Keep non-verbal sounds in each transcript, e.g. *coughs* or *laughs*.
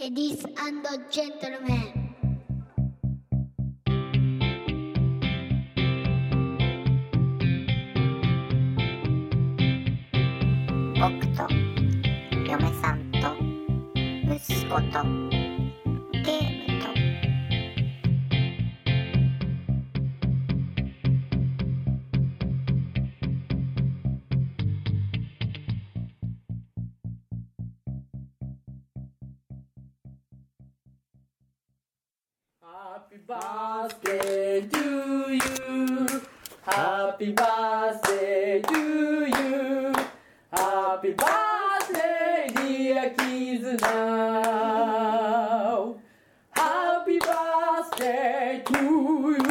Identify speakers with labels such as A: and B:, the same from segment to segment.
A: Ladies and gentlemen.
B: 僕と嫁さんと息子とゲームと
C: ハッピーバースデー to you ハッピーバースデー to you ハッピーバースデー dear kids now ハッピーバースデー to you お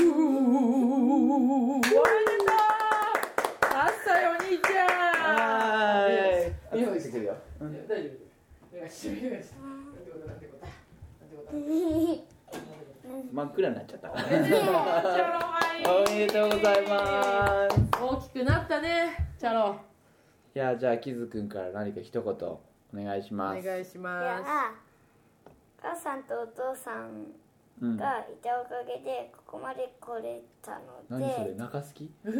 C: めでとうあっさよお兄ちゃんいやいや
D: てくるよ。
C: 大丈夫お願いしますなんてことなんてことなんてこと
D: 真っ暗になっちゃった。
C: おめでとうチャロマイ
D: おめでとうございます。
C: 大きくなったねチャロ
D: いや、じゃあ、キズくんから何か一言お願いし
C: お
D: ます。
C: 願いし
E: いや
C: ます
E: あお母さんとお父さん
D: うん。
E: がいたおかげでここまで来れたの
D: 何それ、
E: で、
D: 中好き。
E: なん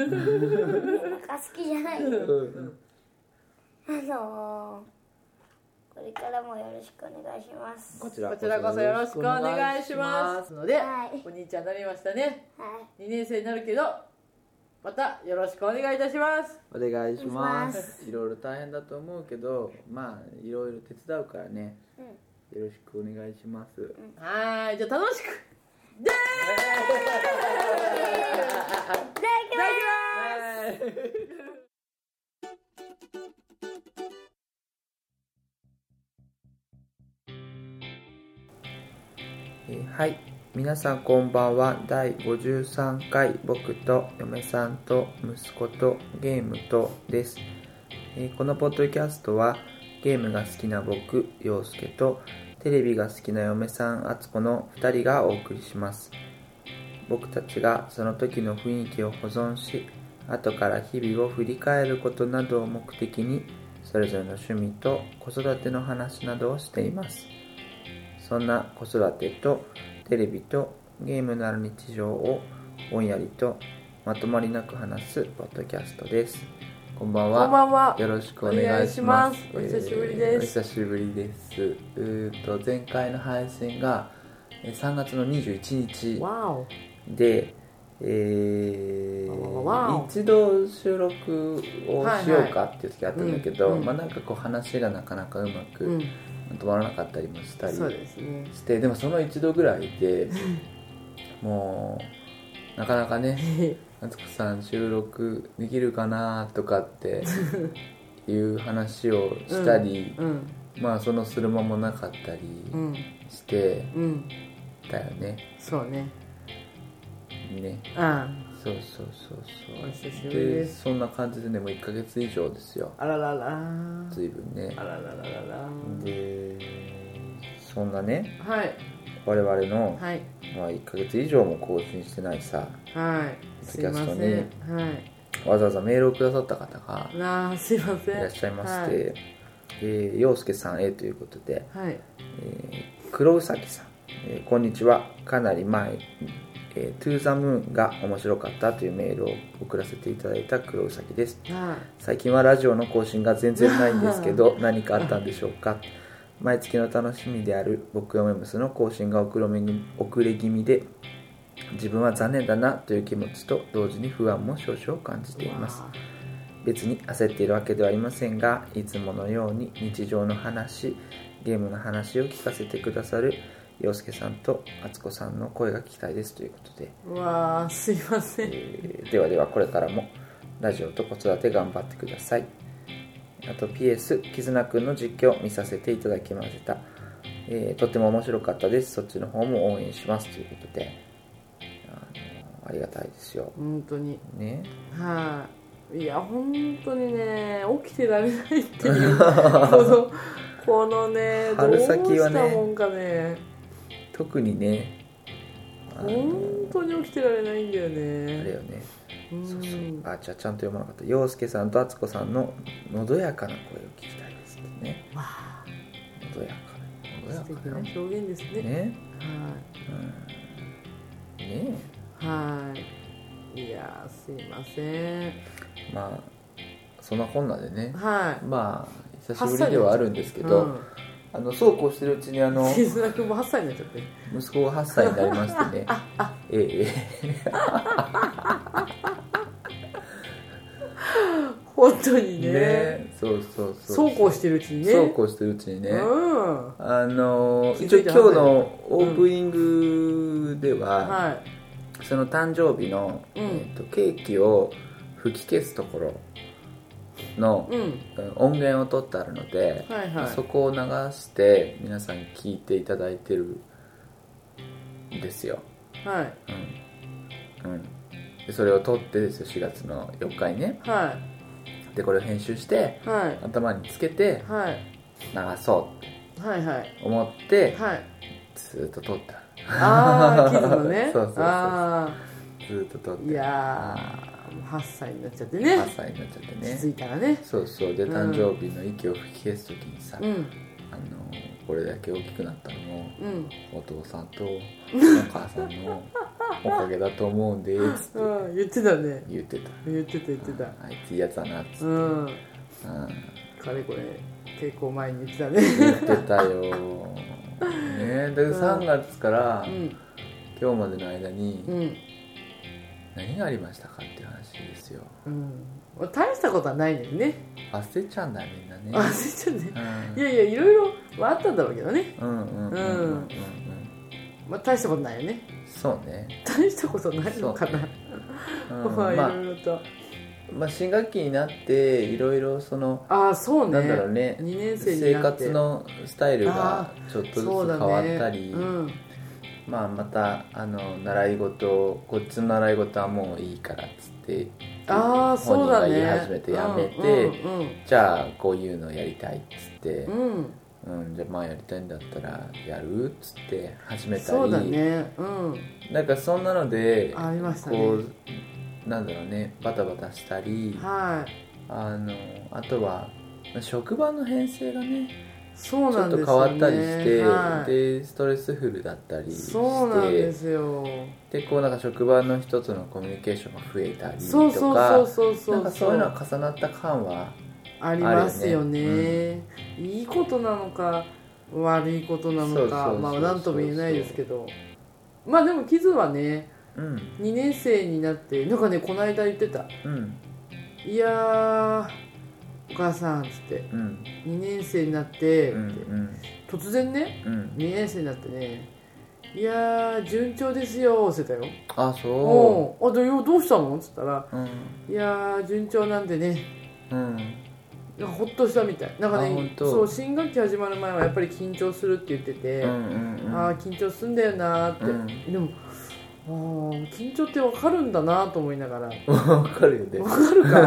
E: か好きじゃないあ
D: うん。
E: のー、これからもよろしくお願いします
D: こちら
C: こちらこそよろしくお願いしますので
E: はい
C: お兄ちゃんになりましたね
E: はい
C: 2年生になるけどまたよろしくお願いいたします
D: お願いしま。
E: お願いします
D: いろいろ大変だと思うけど、まあ、いろいろ手伝うからね。よろしくお願いします。
C: はーいじゃあ楽しくでー
E: いただきます
D: えーはい皆さんこんばんは第53回僕と嫁さんと息子とゲームとです、えーこのポッドキャストはゲームが好きな僕陽介とテレビが好きな嫁さん敦子の2人がお送りします僕たちがその時の雰囲気を保存し後から日々を振り返ることなどを目的にそれぞれの趣味と子育ての話などをしていますそんな子育てとテレビとゲームのある日常をぼんやりとまとまりなく話すポッドキャストですこんばんは
C: こんばんは
D: よろしくお願いします
C: お願いしますお久しぶりです
D: えーお久しぶりですうーんと前回の配信がえー3月の21日
C: わお
D: で、えー
C: わお
D: 一度収録をしようかっていう時があったんだけど、
C: はいはいうん
D: まあ、なんかこう話がなかなかうま
C: う
D: く
C: ん
D: まとまらなかったりもしたり
C: そうですね
D: してでもその一度ぐらいでもうなかなかね敦子さん収録できるかなとかっていう話をしたり、
C: うん
D: まあそのする間もなかったり
C: うん
D: して
C: うん
D: たよね。
C: そうね
D: ね
C: あ
D: そうそうそうそう
C: お久しぶりです
D: そんな感じでねもう1ヶ月以上ですよ
C: ああららら
D: 随分ね
C: あららららら
D: でそんなね
C: はい
D: 我々の、
C: はい
D: まあ、1ヶ月以上も更新してないさ
C: はいすいません
D: ポッドキ
C: はい
D: わざわざメールをくださった方が
C: なあすいません
D: いらっしゃいまして、えー陽介さんへということで、
C: はい、はい
D: えー黒うさぎさん、えーこんにちはかなり前「えー、トゥーザムーンが面白かった」というメールを送らせていただいた黒うさぎです
C: は
D: 最近はラジオの更新が全然ないんですけど何かあったんでしょうか毎月の楽しみである僕嫁娘の更新が遅れみ遅れ気味で自分は残念だなという気持ちと同時に不安も少々感じています
C: わ
D: 別に焦っているわけではありませんがいつものように日常の話ゲームの話を聞かせてくださる陽介さんと敦子さんの声が聞きたいですということで、
C: あわあすいません
D: えーではではこれからもラジオと子育て頑張ってくださいあと PS 絆くんの実況見させていただきました、えーとっても面白かったですそっちの方も応援しますということであのありがたいですよ
C: 本当に
D: ね
C: はい、いや本当にね起きてられないっていう
D: *laughs*
C: このこのねどう
D: 春
C: した
D: 先はね
C: もんかね
D: 特にねあの
C: 本当に起きてられないんだよ
D: あれ
C: ね
D: よね
C: うん
D: そうそうあじゃあちゃんと読まなかった洋介さんと敦子さんののどやかな声を聞きたいですね
C: わ
D: のどやかなおや
C: 素
D: か
C: 敵な
D: なね
C: 表現ですね
D: ね
C: は
D: えね
C: いはいいやーすいません
D: えまあそんなこんなでね
C: は
D: まあ久しぶりではあるんで
C: い
D: すけど、あのそうこうしてるうちに
C: *laughs*
D: あの
C: うん、絆君も8歳になっちゃって
D: 息子が8歳になりましてねええ
C: 本当に
D: え
C: ね
D: えねそうそうそう
C: そうこうしてるうちにね
D: そうこうしてるうちにね、
C: うん
D: あの
C: 気
D: 一応
C: づいてな
D: 今日
C: かったね
D: のオープニングでは、
C: は
D: その誕生日の、
C: うん
D: えーとケーキを吹き消すところの
C: いうん
D: 音源を取ってあるので、
C: はいはい
D: そこを流して皆さんに聞いていただいてるんですよ、
C: はい
D: うんうん、でそれを取ってですよ4月の4日にね
C: は
D: でこれを編集して
C: いはい
D: 頭につけて
C: はい
D: 流そうって
C: はいはい
D: 思って
C: はい
D: ずーっと撮った
C: ああキズのね
D: そうそうそう
C: あ
D: ずーっと撮っ
C: あ
D: て
C: いやーもう8歳になっちゃってね
D: 8歳になっちゃって
C: 気
D: ね
C: づいたらね
D: そうそうで
C: うん
D: 誕生日の息を吹き消す時にさ、
C: うん
D: あのこれだけ大きくなったのも
C: うん
D: お父さんと
C: *laughs*
D: お母さんのおかげだと思うんでつって
C: うん言ってたね
D: 言ってた
C: 言ってた言ってた
D: あいついいやつだなっつって、
C: う
D: うん
C: んかれこれ結構前に言ってたね
D: 言ってたよねで
C: うん
D: 3月から
C: うん
D: 今日までの間に
C: うん
D: 何がありましたかっていう話ですよ
C: うん大したことはないんだよね
D: 焦っちゃうんだみんなね
C: あ焦っちゃうね
D: うん
C: いやいやいろいろはあったんだろうけどね
D: うんうんうんうんうんうん
C: まあ大したことないよね
D: そうね、
C: 大したことないのかな
D: うん
C: まあい
D: まあ
C: ろいろと
D: まあ、新学期になっていろいろその、
C: ああそうね
D: なんだろうね
C: 2年生に
D: 生
C: なって
D: 活のスタイルがちょっとずつ変
C: そうだね
D: わったり、
C: うん
D: まあ、またあの習い事をこっちの習い事はもういいからっつって
C: ああそうだね
D: 本人が言い始めてやめて
C: うん
D: じゃあこういうのやりたいっつって
C: う、ん、うん
D: うんじゃあまあやりたいんだったらやるっつって始めたり
C: そうだねうん
D: なんかそんなので
C: ありましたね
D: こうなんだろうねバタバタしたり
C: はい
D: あのあとはまあ職場の編成がね
C: そう
D: ち
C: な
D: ょっ
C: んで
D: と
C: すよね
D: 変わったりして、
C: はい
D: でストレスフルだったりして
C: そうなんですよ
D: でこうなんか職場の人とのコミュニケーションが増えたりとか
C: そうそうそうそうそう
D: なんかそういうのが重なった感は
C: ありますよね
D: ある
C: いいことなのか悪いことな
D: そ
C: の
D: うそうそう
C: か
D: そう
C: まあ何とも言えないですけどまあでもキズはね
D: うん
C: 2年生になってなんかねこの間言ってた
D: うん
C: 「いやーお母さん」っつって
D: うん
C: 「2年生になって」
D: うん
C: って突然ね
D: うんうん
C: 2年生になってね「いやー順調ですよ」って言ったよ「
D: あそ
C: おうあでよどうしたの?」っつったら
D: ううん
C: 「いやー順調なんでね
D: うん
C: なんかほっとしたみたいなんか
D: あ本
C: ね
D: 当
C: そう新学期始まる前はやっぱり緊張するって言ってて、
D: うんうんうん
C: ああ緊張すんだよなーって、
D: う
C: でもあー緊張ってわかるんだなと思いながら
D: わかるよね
C: わかる
D: う
C: か
D: ん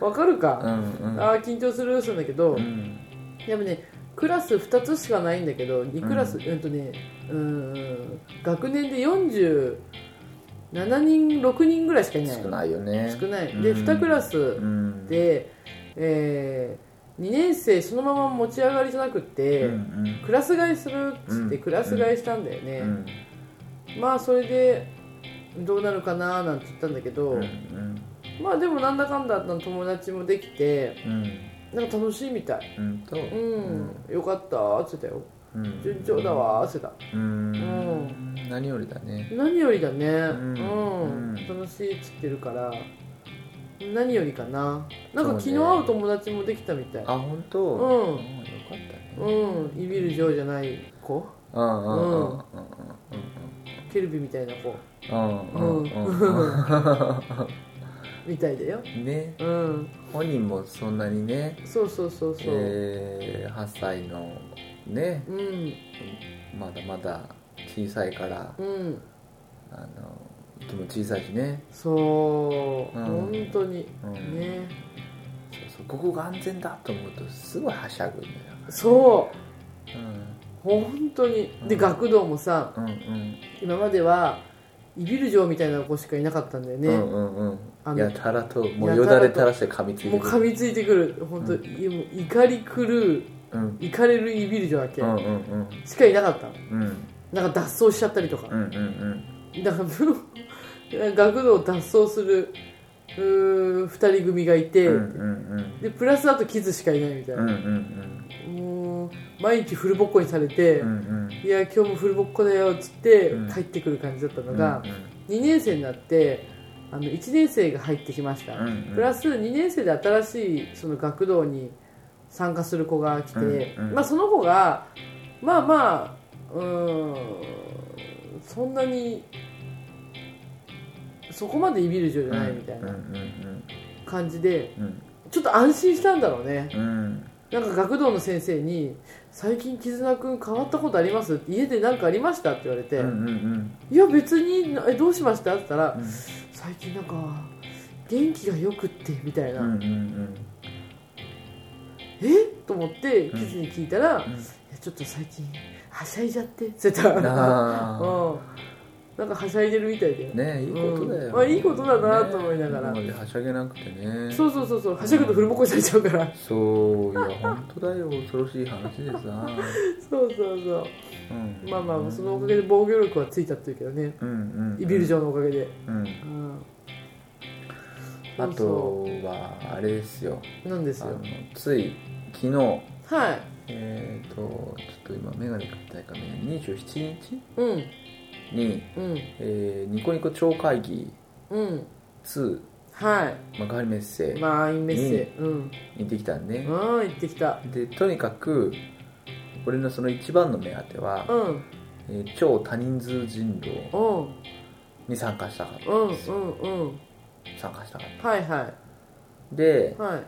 C: わかる
D: う
C: か、
D: んうん
C: ああ緊張するするんだけど、
D: うん
C: でもねクラス2つしかないんだけど2クラス、うん、とねうーん学年で47人6人ぐらいしかいない
D: 少ないよね
C: 少ないで
D: うん
C: 2クラス、
D: うん
C: で、え2年生そのまま持ち上がりじゃなくて、
D: うんうん
C: クラス替えするっつって
D: うん
C: クラス替えしたんだよね、
D: うん
C: まあそれでどうなるかなーなんて言ったんだけど、
D: うんうん
C: まあでもなんだかんだ友達もできて
D: うん
C: なんか楽しいみたい
D: うんと
C: うん、よかったーっつってたよ
D: うん
C: 順調だわーっつってた
D: うん何よりだね
C: 何よりだね
D: ん
C: うん、
D: うん
C: 楽しいっつってるから何よりかななんか昨
D: そう
C: 日
D: ね
C: 会う友達もできたみたい
D: あ本当
C: うん
D: よかったね
C: うん、イビル嬢じゃない子
D: うんうんうんうん
C: ケルビみたいな子
D: うんうんうん
C: みたいだよ
D: うんね
C: うん
D: 本人もそんなにね
C: そうそうそうそう、
D: えー8歳のね
C: うん
D: まだまだ小さいから
C: うん
D: あの気も小さいしね
C: そう、
D: うん
C: 本当に、
D: うん
C: ね
D: そうそうここが安全だと思うとすごいはしゃぐんだよ
C: そう
D: う
C: 本当にで、
D: うん
C: 学童もさ
D: んうん
C: 今まではイビル嬢みたいな子しかいなかったんだよね、
D: うんうんうん
C: あ
D: うん
C: の
D: やたらともう
C: やたらと
D: よだれ垂らして噛みつい
C: も
D: て
C: う
D: く
C: 噛
D: る
C: みついてくる本当、
D: うん
C: いやもう怒り狂う
D: うん
C: 行かれるイビルジョだけ、
D: うんうん
C: しかいなかったの
D: うんうん
C: なんか脱走しちゃったりとか、
D: うんうん
C: だからぶ *laughs* 学童を脱走するうー2人組がいて、
D: うんうんうん
C: でプラスあとキズしかいないみたい
D: うんうん
C: な、もう毎日フルボッコにされて、
D: うんうん
C: いや今日もフルボッコだよっつって
D: うん
C: 帰ってくる感じだった
D: う
C: の
D: ん
C: が、2年生になってあの1年生が入ってきました、
D: うんうん
C: プラス2年生で新しいその学童に参加する子が来て、
D: うんうん
C: まあ、その子がまあまあうーんそんなにそこまでいびる女じゃないみたい
D: うん
C: な
D: うん
C: 感じで
D: うんうん
C: ちょっと安心したんだろうね
D: うん
C: なんか学童の先生に「最近絆くん変わったことあります?」家で何かありました?」って言われて「
D: うんうん
C: いや別にえどうしました?」って言ったら
D: うん
C: 「最近なんか元気がよくって」みたいな「
D: うんうんうん
C: えと思って記事に聞いたら、
D: ん
C: いやちょっと最近はしゃいじゃって」って言ってた *laughs* うんなんか
D: なあ
C: はしゃいでるみたいで、
D: ねえいいことだよ、
C: うんまあいいことだなと思いながら
D: ねえ今まではしゃげなくてね
C: そうそうそうそうはしゃぐとフルボコにされちゃうから *laughs*
D: そういや本当だよ恐ろしい話でさ、
C: そうそうそう
D: うん、
C: まあまあそのおかげで防御力はついたっていうけどね
D: うんうんうん
C: イビル城のおかげで、
D: うん
C: うん、
D: あ
C: そうそ
D: とはあれですよ
C: うなんです
D: あ
C: よ
D: のつい昨日
C: はい
D: えっ、ー、とちょっと今眼鏡買ったいからね27日
C: うん
D: に、
C: うん
D: えーニコニコ超会議
C: うん
D: 2
C: は
D: 幕張メッセ
C: い
D: に
C: まあインメッセうん
D: 行ってきたんで、
C: うん行ってきた
D: でとにかく俺のその一番の目当ては、
C: うんうん
D: えー超多人数人狼
C: うん
D: に参加したかった
C: うん
D: んですよ、
C: うん
D: 参加したかっ
C: はいは
D: たで
C: い、は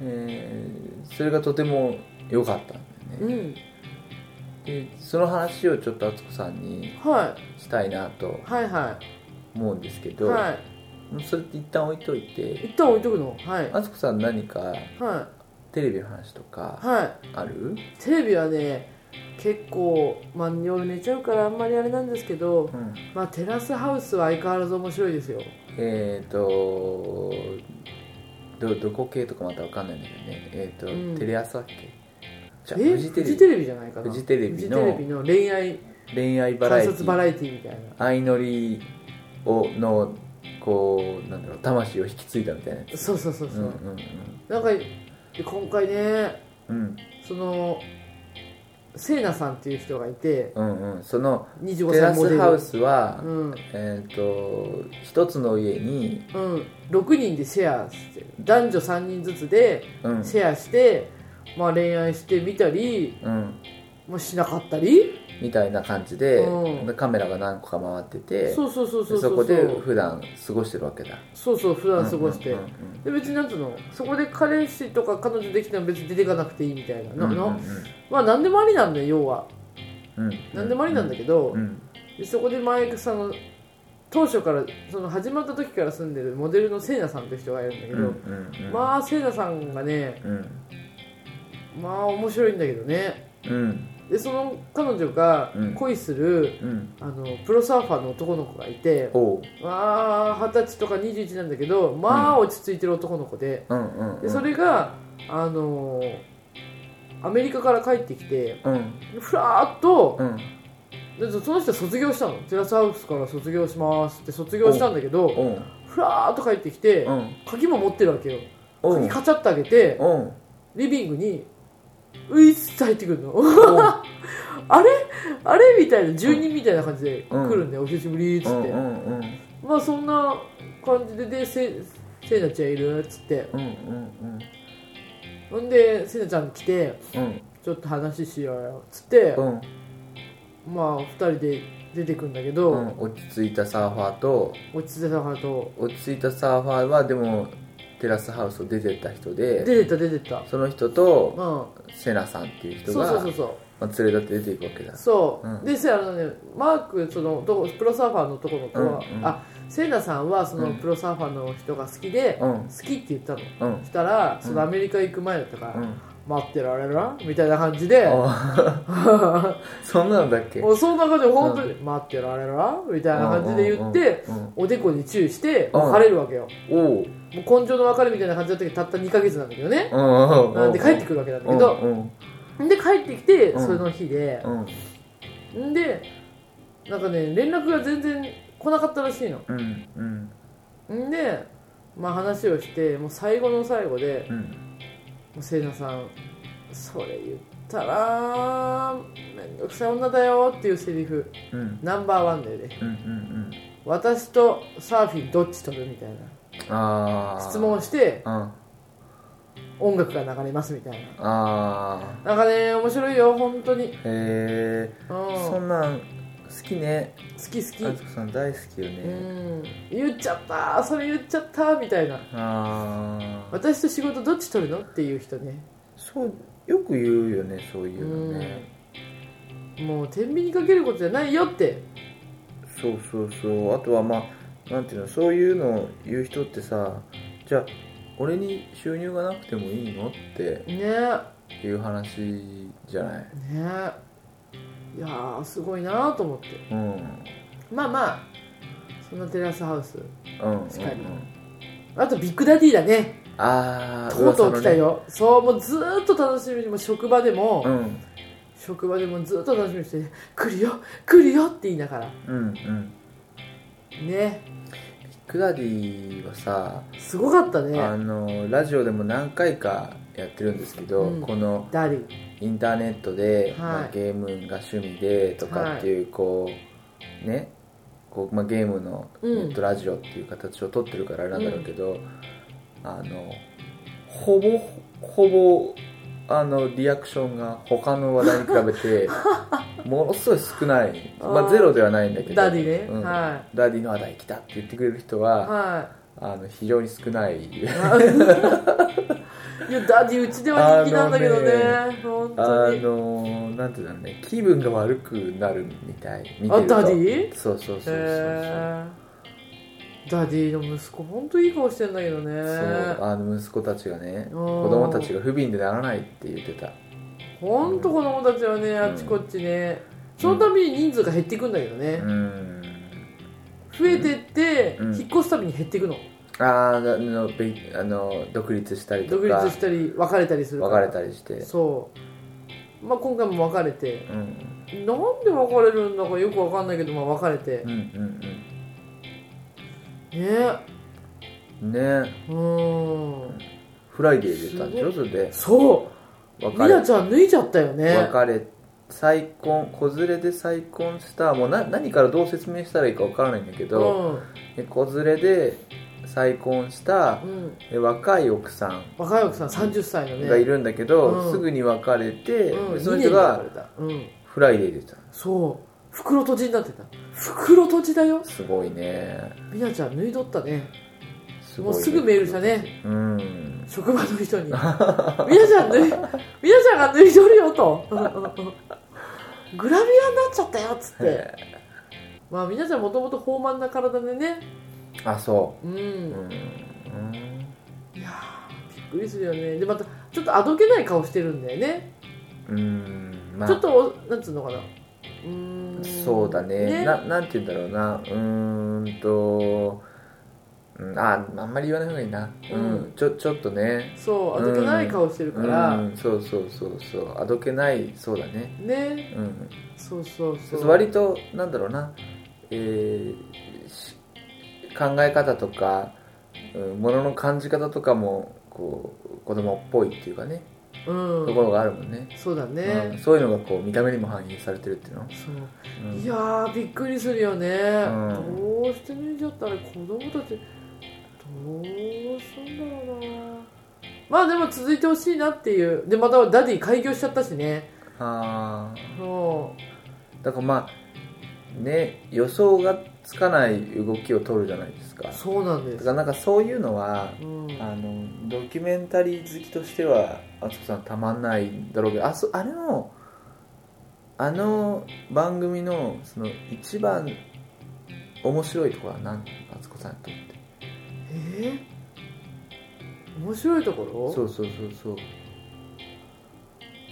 D: えーそれがとても良かったん
C: い
D: だ
C: う
D: よね、
C: ん
D: でその話をちょっと敦子さんに
C: は
D: したいなと
C: いはいは
D: 思うんですけ
C: い
D: ど、
C: は
D: それって一旦置いとい
C: い
D: て
C: 一旦置いとくのはい
D: 敦子さん何か
C: は
D: テレビの話と
C: い
D: か
C: は
D: ある
C: いテレビはね結構まあ夜寝ちゃうからあんまりあれなんですけど
D: うん
C: まあテラスハウスは相変わらず面白いですよ
D: えっ、ー、とどどこ系とかまたわかんないんだけどねえっ、ー、と、
C: うん
D: テレ朝っけじゃあ
C: え
D: フジテレ
C: フジ
D: ビ
C: テレビじゃないかな
D: フジテレビの
C: フジテレビの恋愛
D: 恋愛バラ
C: 観
D: エテ
C: 察バラ
D: ィ
C: エティみたいな
D: 相乗りをのこうなんだろう魂を引き継いだみたいなやつ
C: そうそうそうそうう、
D: んうん
C: なんかで今回ね
D: うん
C: そのせいなさんっていう人がいて
D: うんうんうんその
C: 25
D: テラ
C: 歳モデ
D: ス
C: ル
D: ハウスは、
C: うん
D: えっ、と一つの家に、
C: うん、6人でシェアして男女3人ずつで
D: うん
C: シェアして、まあ、恋愛してみたり、
D: うん、
C: まあ、しなかったり
D: みたいな感じで、
C: うん
D: でカメラが何個か回ってて
C: そうそうそうそう
D: でそうこで
C: そう
D: 普段過ごしてるわけだ
C: そうそう普段過ごして、
D: うんうんうん
C: で別になんつうのそこで彼氏とか彼女できたら別に出てかなくていいみたいな、な
D: うんうん
C: なまあ何でもありなんだよ要は
D: うんうん
C: 何でもありなんだけど、
D: うん
C: でそこで前その当初からその始まった時から住んでるモデルのせいなさんって人がいるんだけ
D: う
C: ど、
D: んうんうん
C: まあせいなさんがね
D: うん
C: まあ面白いんだけどね
D: うん
C: でその彼女が
D: うん
C: 恋する、
D: うん
C: あのプロサーファーの男の子がいて
D: おう
C: まあ二十歳とか21なんだけどまあ落ち着いてる男の子で
D: うんうんうん
C: でそれがあのーアメリカから帰ってきて
D: うん
C: ふらーっと
D: うん
C: でその人は卒業したのテラスハウスから卒業しますって卒業したんだけど
D: おう
C: ふらーっと帰ってきて
D: うん
C: 鍵も持ってるわけよ
D: お
C: 鍵
D: う
C: カチャってあげて
D: おう
C: リビングにういっつって入ってくるの
D: おう
C: *laughs* あれあれみたいな住人みたいな感じで来るんだよ、お久しぶりっつ
D: う
C: っ
D: ん
C: て、
D: うんうん
C: まあそんな感じででせせいなちゃんいるっつって
D: うんうん
C: ほんでせいなちゃん来て
D: うん
C: ちょっと話しようよっつって、
D: うん
C: まあ2人で出てくんだけ
D: う
C: ど、
D: ん落ち着いたサーファーと
C: 落ち着いたからと
D: 落ち着いたサーファーはでもテラスハウスを出てった人で
C: 出てった出てったうん
D: その人と
C: そ
D: セナさんっていう
C: う
D: 人
C: そ
D: が
C: うそうそ
D: まあ、連れ立って出ていくわけだ
C: うそう、
D: うん
C: でせあのねマークそのどプロサーファーの男の子は、
D: うんうん
C: あせいなさんはその
D: うん
C: プロサーファーの人が好きで、
D: うん
C: 好きって言ったの
D: うん
C: したらそうの
D: ん
C: アメリカ行く前だったから、
D: うん
C: 待ってられるなみたいな感じで
D: あそんなのだっけ
C: もうその中で本当に待ってられるなみたいな感じで言って
D: うんうんうん
C: おでこにチューして
D: うん
C: 別れるわけよ
D: おう
C: もう根性の別れみたいな感じだったけどたった2ヶ月なんだけどね
D: うんうんうん
C: なんで帰ってくるわけなんだけど
D: うん
C: で帰ってきて、
D: うん
C: それの日で
D: う、ん
C: ん、でなんかね連絡が全然来なかったらしいの
D: うんうん
C: んでまあ話をしてもう最後の最後で
D: うん
C: もうせいなさんそれ言ったらめんどくさい女だよっていうセリフ
D: うんうん
C: ナンバーワンだよね
D: うんうん
C: 私とサーフィンどっち取るみたい
D: あ
C: な
D: あ
C: 質問をして
D: うん
C: 音楽が流れますみたい
D: あ
C: ななんかね面白いよ本当に、
D: ーへえ
C: うん、
D: そ
C: 好
D: んなん好きね
C: き好き
D: あつこさん大好きよ
C: う
D: ね
C: ん言っちゃったーそれ言っちゃったーみたいな
D: ああ
C: 私と仕事どっち取るのっていう人ね
D: そうよく言うよねそういううのね
C: んもう天秤にかけることじゃないよって
D: そうそうそうあとはまあなんていうのそういうのを言う人ってさじゃあ俺に収入がなくてもいいのって
C: ねね
D: いう話じゃない
C: いやーすごいなーと思って
D: うんうん
C: まあまあそんなテラスハウス
D: うんうん
C: 確かにあとビッグダディだね
D: ああ
C: とうとう来たよ、そうもうずーっと楽しみにもう職場でも、
D: うん
C: 職場でもずーっと楽しみにして来るよ来るよって言いながら
D: うんうん
C: ね
D: ビッグダディはさ
C: すごかったね
D: あのラジオでも何回かやってるんですけど、
C: うん
D: この
C: ダディ
D: インターネットで、まあ
C: はい
D: ゲームが趣味でとかっていう、こうねこう、まあ、ゲームのネ
C: うん
D: ットラジオっていう形を取ってるからあれなんだろうけど、あのほぼほぼあのリアクションが他の話題に比べ
C: *laughs*
D: てものすごい少ないま
C: あ
D: あ
C: ー
D: ゼロではないんだけど
C: ダディね
D: うん
C: は
D: ダディの話題来たって言ってくれる人は、
C: は
D: あの非常に少ない
C: いいやダディうちでは人気なんだけどね
D: あ
C: 本
D: あ
C: 当に
D: のなんていうんだろうね気分が悪くなるみたい見て
C: あ
D: ると
C: ダディ
D: そうそうそうそうそう、
C: へーダディの息子本当いい顔してんだけどね
D: そうあの息子たちがね
C: う
D: 子
C: ん
D: 供たちが不憫でならないって言ってた
C: ほんと子供たちはねあっちこっちね、そのたびに人数が減っていくんだけどね
D: う、ん
C: 増えてって、
D: うん
C: 引っ越すたびに減っていくの
D: あーあのべあの独立したりと
C: 独
D: か
C: 立したり別れたりするから
D: 別れたりして
C: そう、まあ、今回も別れて
D: うん
C: なんで別れるんだかよくわかんないけど、まあ、別れて
D: うんうん
C: ね
D: うんね
C: うん
D: フライデー出たんでしょそれで
C: そ
D: 別
C: うり
D: れ
C: なちゃん脱いじゃったよね
D: 別れ再婚子連れで再婚したもうな何からどう説明したらいいかわからないんだけ
C: う
D: ど、
C: ん、
D: で子連れで再婚した
C: うん、
D: え若い奥さん
C: 若い奥さん30歳のね
D: がいるんだけど、
C: うん
D: すぐに別れて、
C: うん、
D: その
C: 二
D: 人
C: 年
D: が
C: で別れたうん
D: フライデー出た
C: そう袋閉じになってた袋閉じだよ
D: すごいね
C: りなちゃん脱いどったね
D: す
C: も
D: ごいうね
C: すぐメールしたね
D: *laughs* うん
C: 職場の人に「皆さん脱い皆さんが脱いどるよ」とうんうんうん「グラビアになっちゃったよ」っつって
D: へ
C: まあ皆さんもともと豊満な体でね
D: えあそ
C: うん
D: ううん
C: びっくりするよねでまたちょっとあどけない顔してるんだよね
D: うん、うんまあ
C: ちょっとなんつうのかなうーん
D: そうだねななんて言うんだろうなうーんとうんああんまり言わない方がいいな、うん
C: うん
D: ちょちょっとね
C: そうあどけない顔してる
D: う
C: から、
D: んそうそうそうそうあどけないそうだね
C: ね
D: うん
C: そうそうそ
D: そ
C: うう
D: 割となんだろうな、えーし考え方とかうんものの感じ方とかもこう子供っぽいっていうかね、
C: うん
D: ところがあるもんね、
C: そうだ
D: うん
C: ね、
D: そういうのがこう見た目にも反映されてるっていうの、
C: そう
D: うん
C: いやーびっくりするよね、
D: ん
C: どうして脱いじゃったら子供たちどうすんだろうなまあでも続いてほしいなっていうでまたダディ開業しちゃったしね
D: あ
C: そ
D: ーだからまあね予想がつかない動きを取るじゃないですか
C: うそうなんで
D: だ
C: す
D: からなんかそういうのは
C: うん
D: あのドキュメンタリー好きとしてはあつこさんたまんないだろうけどあそあれのあの番組のその一番面白いところは何あつこさんにとって
C: えー、面白いと
D: そ
C: こ
D: うそうそう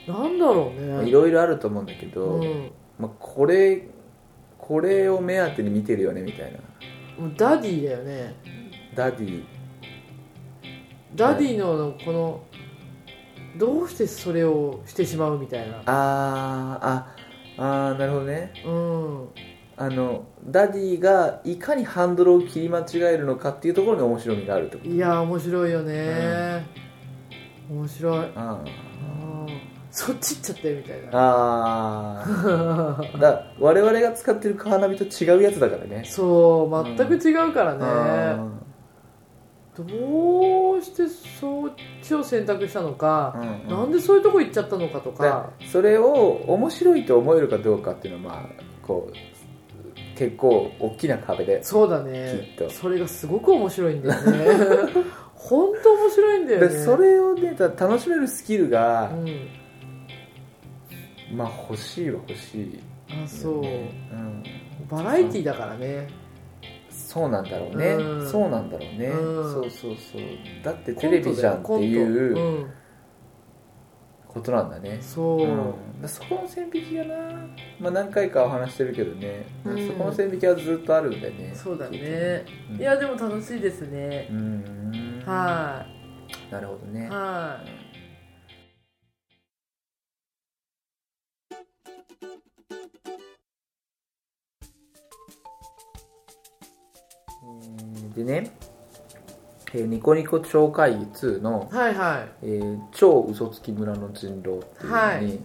C: ろなんだろう
D: そう
C: ね
D: いろいろあると思うんだけど、
C: うん、
D: まあ、これこれを目当てに見てるよねみたいな
C: もうダディだよね
D: ダディ
C: ダディのこのどうしてそれをしてしまうみたいな
D: あーああーなるほどね
C: うん
D: あのダディがいかにハンドルを切り間違えるのかっていうところに面白みがあるってこと
C: いや面白いよね、面白い
D: あ
C: あーそっち行っちゃったよみたい
D: ー
C: な
D: あーだ我々が使ってるカーナビと違うやつだからね
C: そう全く違うからね、
D: あ
C: どうしてそっちを選択したの
D: ー
C: か、
D: うんうん
C: なんでそういうとこ行っちゃったのかと
D: だ
C: か
D: それを面白いと思えるかどうかっていうのはまあこう結構大きな壁で
C: そうだね
D: きっと
C: それがすごく面白いんだよ
D: *laughs*
C: ね本当面白いんだよ
D: で
C: ね
D: それをねた楽しめるスキルが
C: う、ん
D: まあ欲しいは欲しい、
C: あそう
D: うん、
C: バラエティーだからね
D: そうなんだろうね、
C: うん
D: そうなんだろうね、
C: うん
D: そうそうそうだってテレビじゃんって
C: コントだよコ
D: い
C: ン
D: う
C: トうん
D: ことなんだね
C: そう、
D: うん、そこの線引きがな、まあ、何回かお話してるけどね、
C: うん
D: そこの線引きはずっとあるんだよね
C: そうだね
D: うん
C: いやでも楽しいですね
D: うーん
C: は
D: なるほど
C: い
D: ね
C: はい
D: でね、えーニコニコ超会議2の、
C: はいは
D: えー超嘘つき村の人狼」って
C: は
D: いうの
C: い
D: に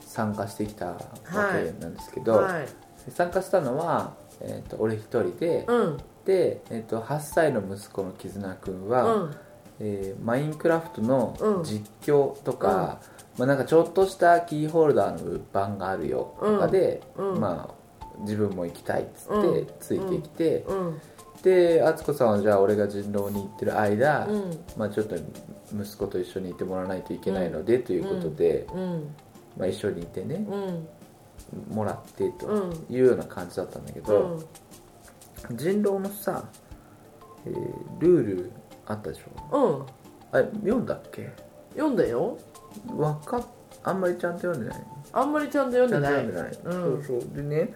D: 参加してきたわけなんですけ
C: い
D: ど、
C: はい
D: 参加したのは、えー、と俺一人で、
C: うん
D: で、えー、と8歳の息子の絆くんは、
C: うん
D: えーマインクラフトの
C: うん
D: 実況とか、まあ、なんかちょっとしたキーホルダーの物販があるよとかで、
C: うん
D: まあ、自分も行きたいっつっ
C: う
D: て
C: ん
D: ついてきて、
C: うん
D: で敦子さんはじゃあ俺が人狼に行ってる間、
C: うん
D: まあ、ちょっと息子と一緒にいてもらわないといけないのでということで、
C: うん
D: まあ、一緒にいてね
C: うん
D: もらってと
C: うん
D: いうような感じだったんだけ
C: う
D: ど、
C: ん
D: 人狼のさ、えールールあったでしょ
C: うん
D: あれ読んだっけ
C: 読んだよ
D: わかっあんまりちゃんと読んでない
C: あんまりちゃんと読ん
D: ちゃ
C: で
D: んと
C: な
D: 読
C: い
D: んでない、
C: うん
D: そうそうでね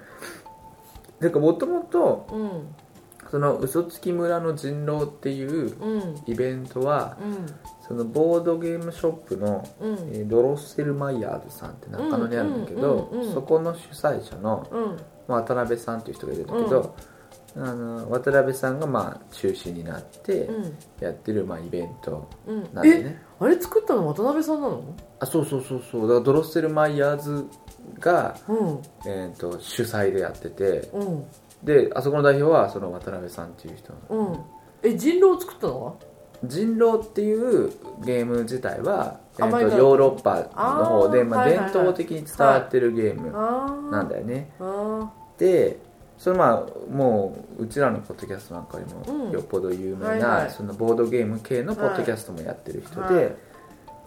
D: てかもともと
C: うん
D: その嘘つき村の人狼っていう
C: うん
D: イベントは
C: うん
D: そのボードゲームショップの
C: うん
D: えードロッセルマイヤーズさんって中野にあるんだけど、
C: うんうんうんうん
D: そこの主催者の、
C: うん
D: まあ、渡辺さんという人がいるんだけど、あの渡辺さんがまあ中心になって
C: うん
D: やってるまあイベント
C: うん
D: なんで
C: え
D: ね、
C: あれ作ったの渡辺さんなの
D: あそうそうそうそうだからドロッセルマイヤーズが、
C: うん
D: えー、と主催でやってて
C: うん
D: であそこの代表はその渡辺さんっていう人、
C: うんえ人狼を作ったのは
D: 人狼っていうゲーム自体は、えー
C: あ前か
D: と
C: ら
D: ヨーロッパの方で
C: あー
D: まあ、
C: はいはい
D: 伝
C: はい
D: 統的に伝わってるゲーム
C: ああ
D: なんだよね、
C: あ
D: でそのまあもううちらのポッドキャストなんかより
C: う
D: も
C: ん
D: よっぽど有名な、
C: はいはい
D: そのボードゲーム系のポッドキャストもやってる人で、
C: はい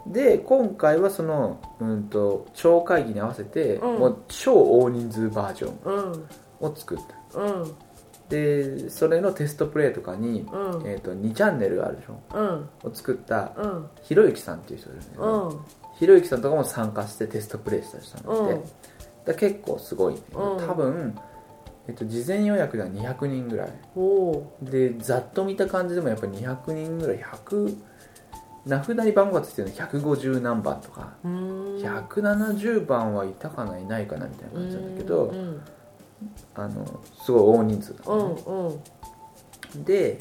D: で今回はその、うん、と超会議に合わせて、
C: うん
D: もう超大人数バージョン
C: ーうん
D: を作った
C: うん
D: でそれのテストプレイとかに、
C: うん
D: えー、と2チャンネルあるでしょ
C: うん
D: を作った
C: うん
D: ひろゆきさんっていう人がいるんだけ
C: う
D: ど、
C: ん
D: ひろゆきさんとかも参加してテストプレイしたりしたので、
C: うん
D: だから結構すごいんだけど、
C: うん
D: 多分、えっと、事前予約が200人ぐらい
C: おお
D: でざっと見た感じでもやっぱり200人ぐらい100名札に番号がついてるの150何番とか
C: ーうーん
D: 170番はいたかないないかなみたいな感じなんだけど、
C: うん
D: あのすごい大人数だった
C: う
D: の
C: ん
D: ね、
C: うん
D: で、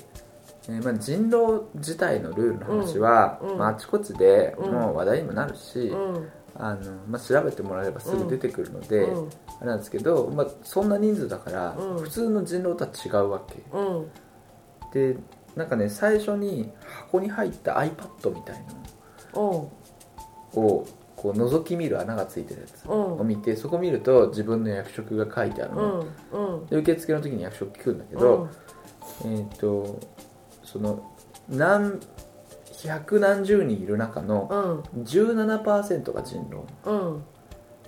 D: えーまあ、人狼自体のルールの話は、
C: うんうん
D: まあ、あちこちで
C: うん
D: もう話題にもなるし、
C: うん
D: あのまあ、調べてもらえればすぐ出てくるので、
C: うん
D: あれなんですけど、まあ、そんな人数だから、
C: うん
D: 普通の人狼とは違うわけ
C: うん
D: でなんかね最初に箱に入った iPad みたい
C: うん
D: なのをこう覗き見る穴がついてるやつ
C: うん
D: を見てそこ見ると自分の役職が書いてある
C: う
D: の、
C: んうん
D: で受付の時に役職聞くんだけど、えっ、とその何百何十人いる中の
C: うん
D: 17%が人狼
C: うん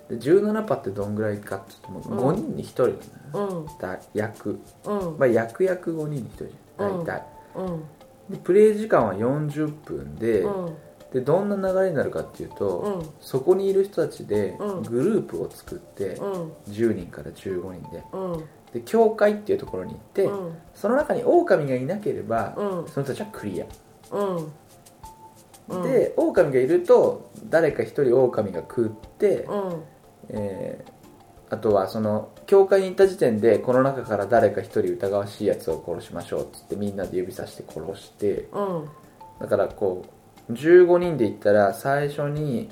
D: で17%ってどんぐらいかって言っても
C: う
D: 5
C: ん
D: 人に1人なんだよね、
C: うん
D: だ役
C: うん
D: まあ役役5人に1人じゃ
C: うんん
D: 大体、
C: うん
D: でプレイ時間は40分で、
C: うん
D: でどんな流れになるかっていうと、
C: うん
D: そこにいる人たちで
C: うん
D: グループを作って、
C: うん
D: 10人から15人で
C: うん
D: で教会っていうところに行って、
C: うん
D: その中に狼がいなければ、
C: うん
D: その人たちはクリア
C: うん
D: で狼がいると誰か一人狼が食って、
F: うん
D: えーあとはその教会に行った時点でこの中から誰か一人疑わしいやつを殺しましょうっつってみんなで指さして殺して
F: うん
D: だからこう15人で行ったら最初に、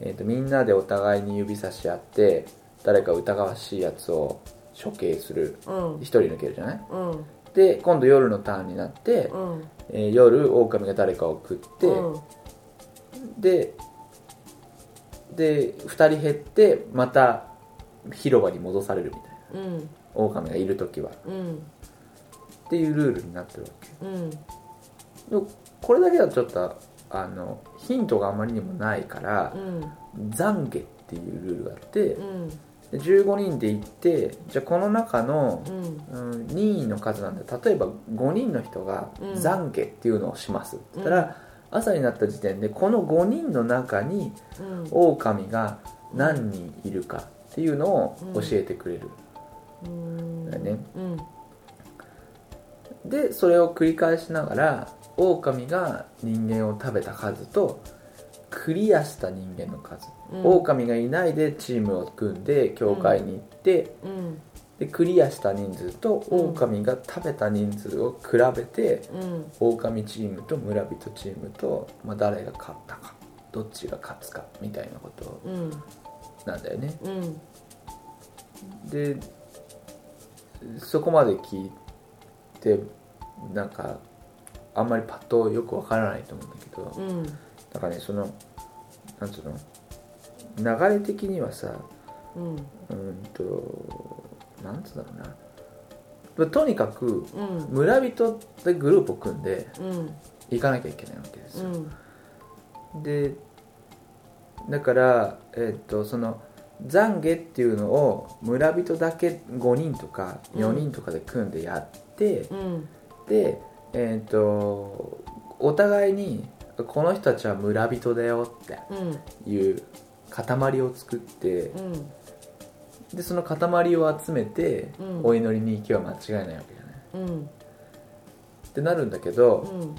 D: えー、とみんなでお互いに指さし合って誰か疑わしいやつを処刑する
F: うん
D: 一人抜けるじゃない
F: うん
D: で今度夜のターンになって、
F: うん
D: えー夜狼が誰かを食って、
F: うん
D: でで2人減ってまた広場に戻されるみたいな
F: うん
D: 狼がいる時は
F: うん
D: っていうルールになってるわけ
F: うん
D: でもこれだけだとちょっとあのヒントがあまりにもないから
F: うん
D: 懺悔っていうルールがあって
F: うん
D: で15人で行ってじゃあこの中の、
F: うん
D: うん、任意の数なんで例えば5人の人が
F: うん
D: 懺悔っていうのをしますって言ったら、朝になった時点でこの5人の中に
F: うん
D: 狼が何人いるかっていうのを教えてくれる、
F: うん
D: だね
F: うん
D: でそれを繰り返しながら狼が人間を食べた数とクリアした人間の数、
F: うん
D: 狼がいないでチームを組んで教会に行って、
F: うん
D: でクリアした人数と
F: うん
D: 狼が食べた人数を比べて、
F: うん
D: 狼チームと村人チームと、まあ、誰が勝ったかどっちが勝つかみたいなこと
F: うん
D: なんだよね
F: うん
D: でそこまで聞いてなんかあんまりパッとよくわからないと思うんだけど、
F: うん
D: なんかねそのなんつうの流れ的にはさ
F: うん
D: うーんとなんつうんだろうなまあとにかく
F: うん
D: 村人でグループを組んで
F: うん
D: 行かなきゃいけないわけです
F: う
D: よ、
F: ん
D: でだから、えっとその懺悔っていうのを村人だけ5人とか
F: うん
D: 4人とかで組んでやって、
F: うん
D: で、えっとお互いにこの人たちは村人だよっ
F: うん
D: ていう塊を作って
F: うん
D: でその塊を集めて
F: うん
D: お祈りに行けば間違いないわけじゃない
F: うん
D: ってなるんだけ
F: う
D: ど
F: ん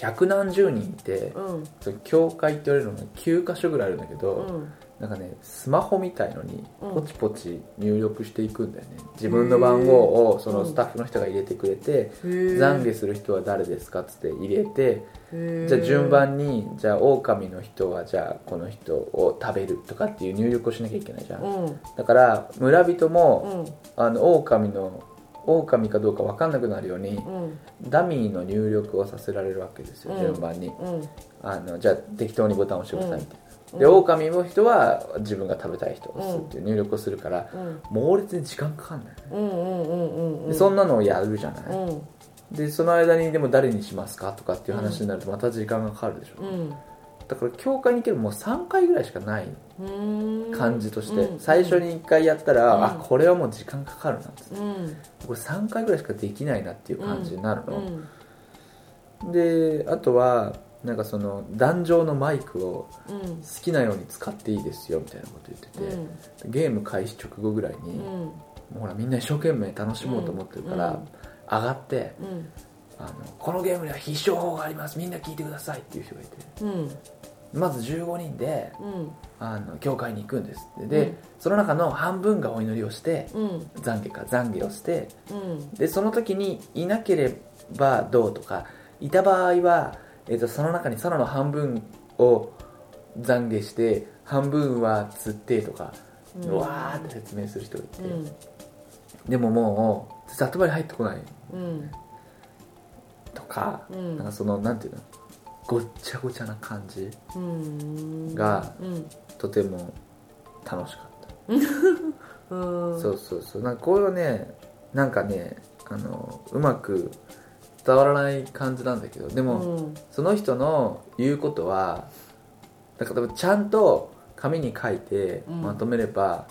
D: 百何十人いて
F: うん
D: その教会って言われるのが9箇所ぐらいあるんだけど、
F: うん
D: なんかねスマホみたいのに
F: うん
D: ポチポチ入力していくんだよね、自分の番号をそのスタッフの人が入れてくれて、懺悔する人は誰ですかっつって入れて、
F: 悔
D: じゃあ順番にじゃあ狼の人はじゃあこの人を食べるとかっていう入力をしなきゃいけないじゃん、
F: うん
D: だから村人
F: う
D: も、
F: ん
D: あの狼の狼かどうか分かんなくなるように、
F: うん
D: ダミーの入力をさせられるわけですよ、
F: うん
D: 順番に
F: うん
D: あのじゃあ適当にボタンを押してくださいみたいな、
F: うん
D: で狼の人は自分が食べたい人を押す
F: うん
D: っていう入力をするから、
F: うん
D: 猛烈に時間かかんない、ね
F: うんうんうんうん
D: でそんなのをやるじゃない、
F: うん
D: でその間にでも誰にしますかとかっていう話になるとまた時間がかかるでしょ、
F: うん
D: だから教会に行けるもう3回ぐらいしかないう
F: ーん
D: 感じとして、
F: うん
D: 最初に1回やったら、
F: うん
D: あこれはもう時間かかるなって
F: うん
D: これ3回ぐらいしかできないなっていう感じになる
F: う
D: の、
F: ん
D: であとはなんかその壇上のマイクを
F: うん
D: 好きなように使っていいですよみたいなこと言ってて、ゲーム開始直後ぐらいに、
F: うんう
D: も
F: ん
D: うほらみんな一生懸命楽しもうと思ってるから、
F: うん
D: 上がって
F: うん
D: あの「このゲームには必勝法がありますみんな聞いてください」っていう人がいて
F: うん
D: まず15人で
F: うん
D: あの教会に行くんですってで、
F: うん
D: その中の半分がお祈りをして
F: うん
D: 懺悔か懺悔をして
F: うん
D: でその時にいなければどうとかいた場合は、えー、とその中にその半分を懺悔して半分は釣ってとか、
F: う
D: うんわーって説明する人がいて、
F: うん
D: でももう全然頭に入ってこない
F: うん
D: とか,、
F: うん
D: なんかそのなんていうのごっちゃごちゃな感じ
F: うん
D: が
F: うん
D: とても楽しかった。
F: うん
D: そうそうそうなんかこれはねなんかねあのうまく伝わらない感じなんだけどで
F: う
D: も、
F: ん
D: その人の言うことはなんか多分ちゃんと紙に書いて
F: うん
D: まとめれば、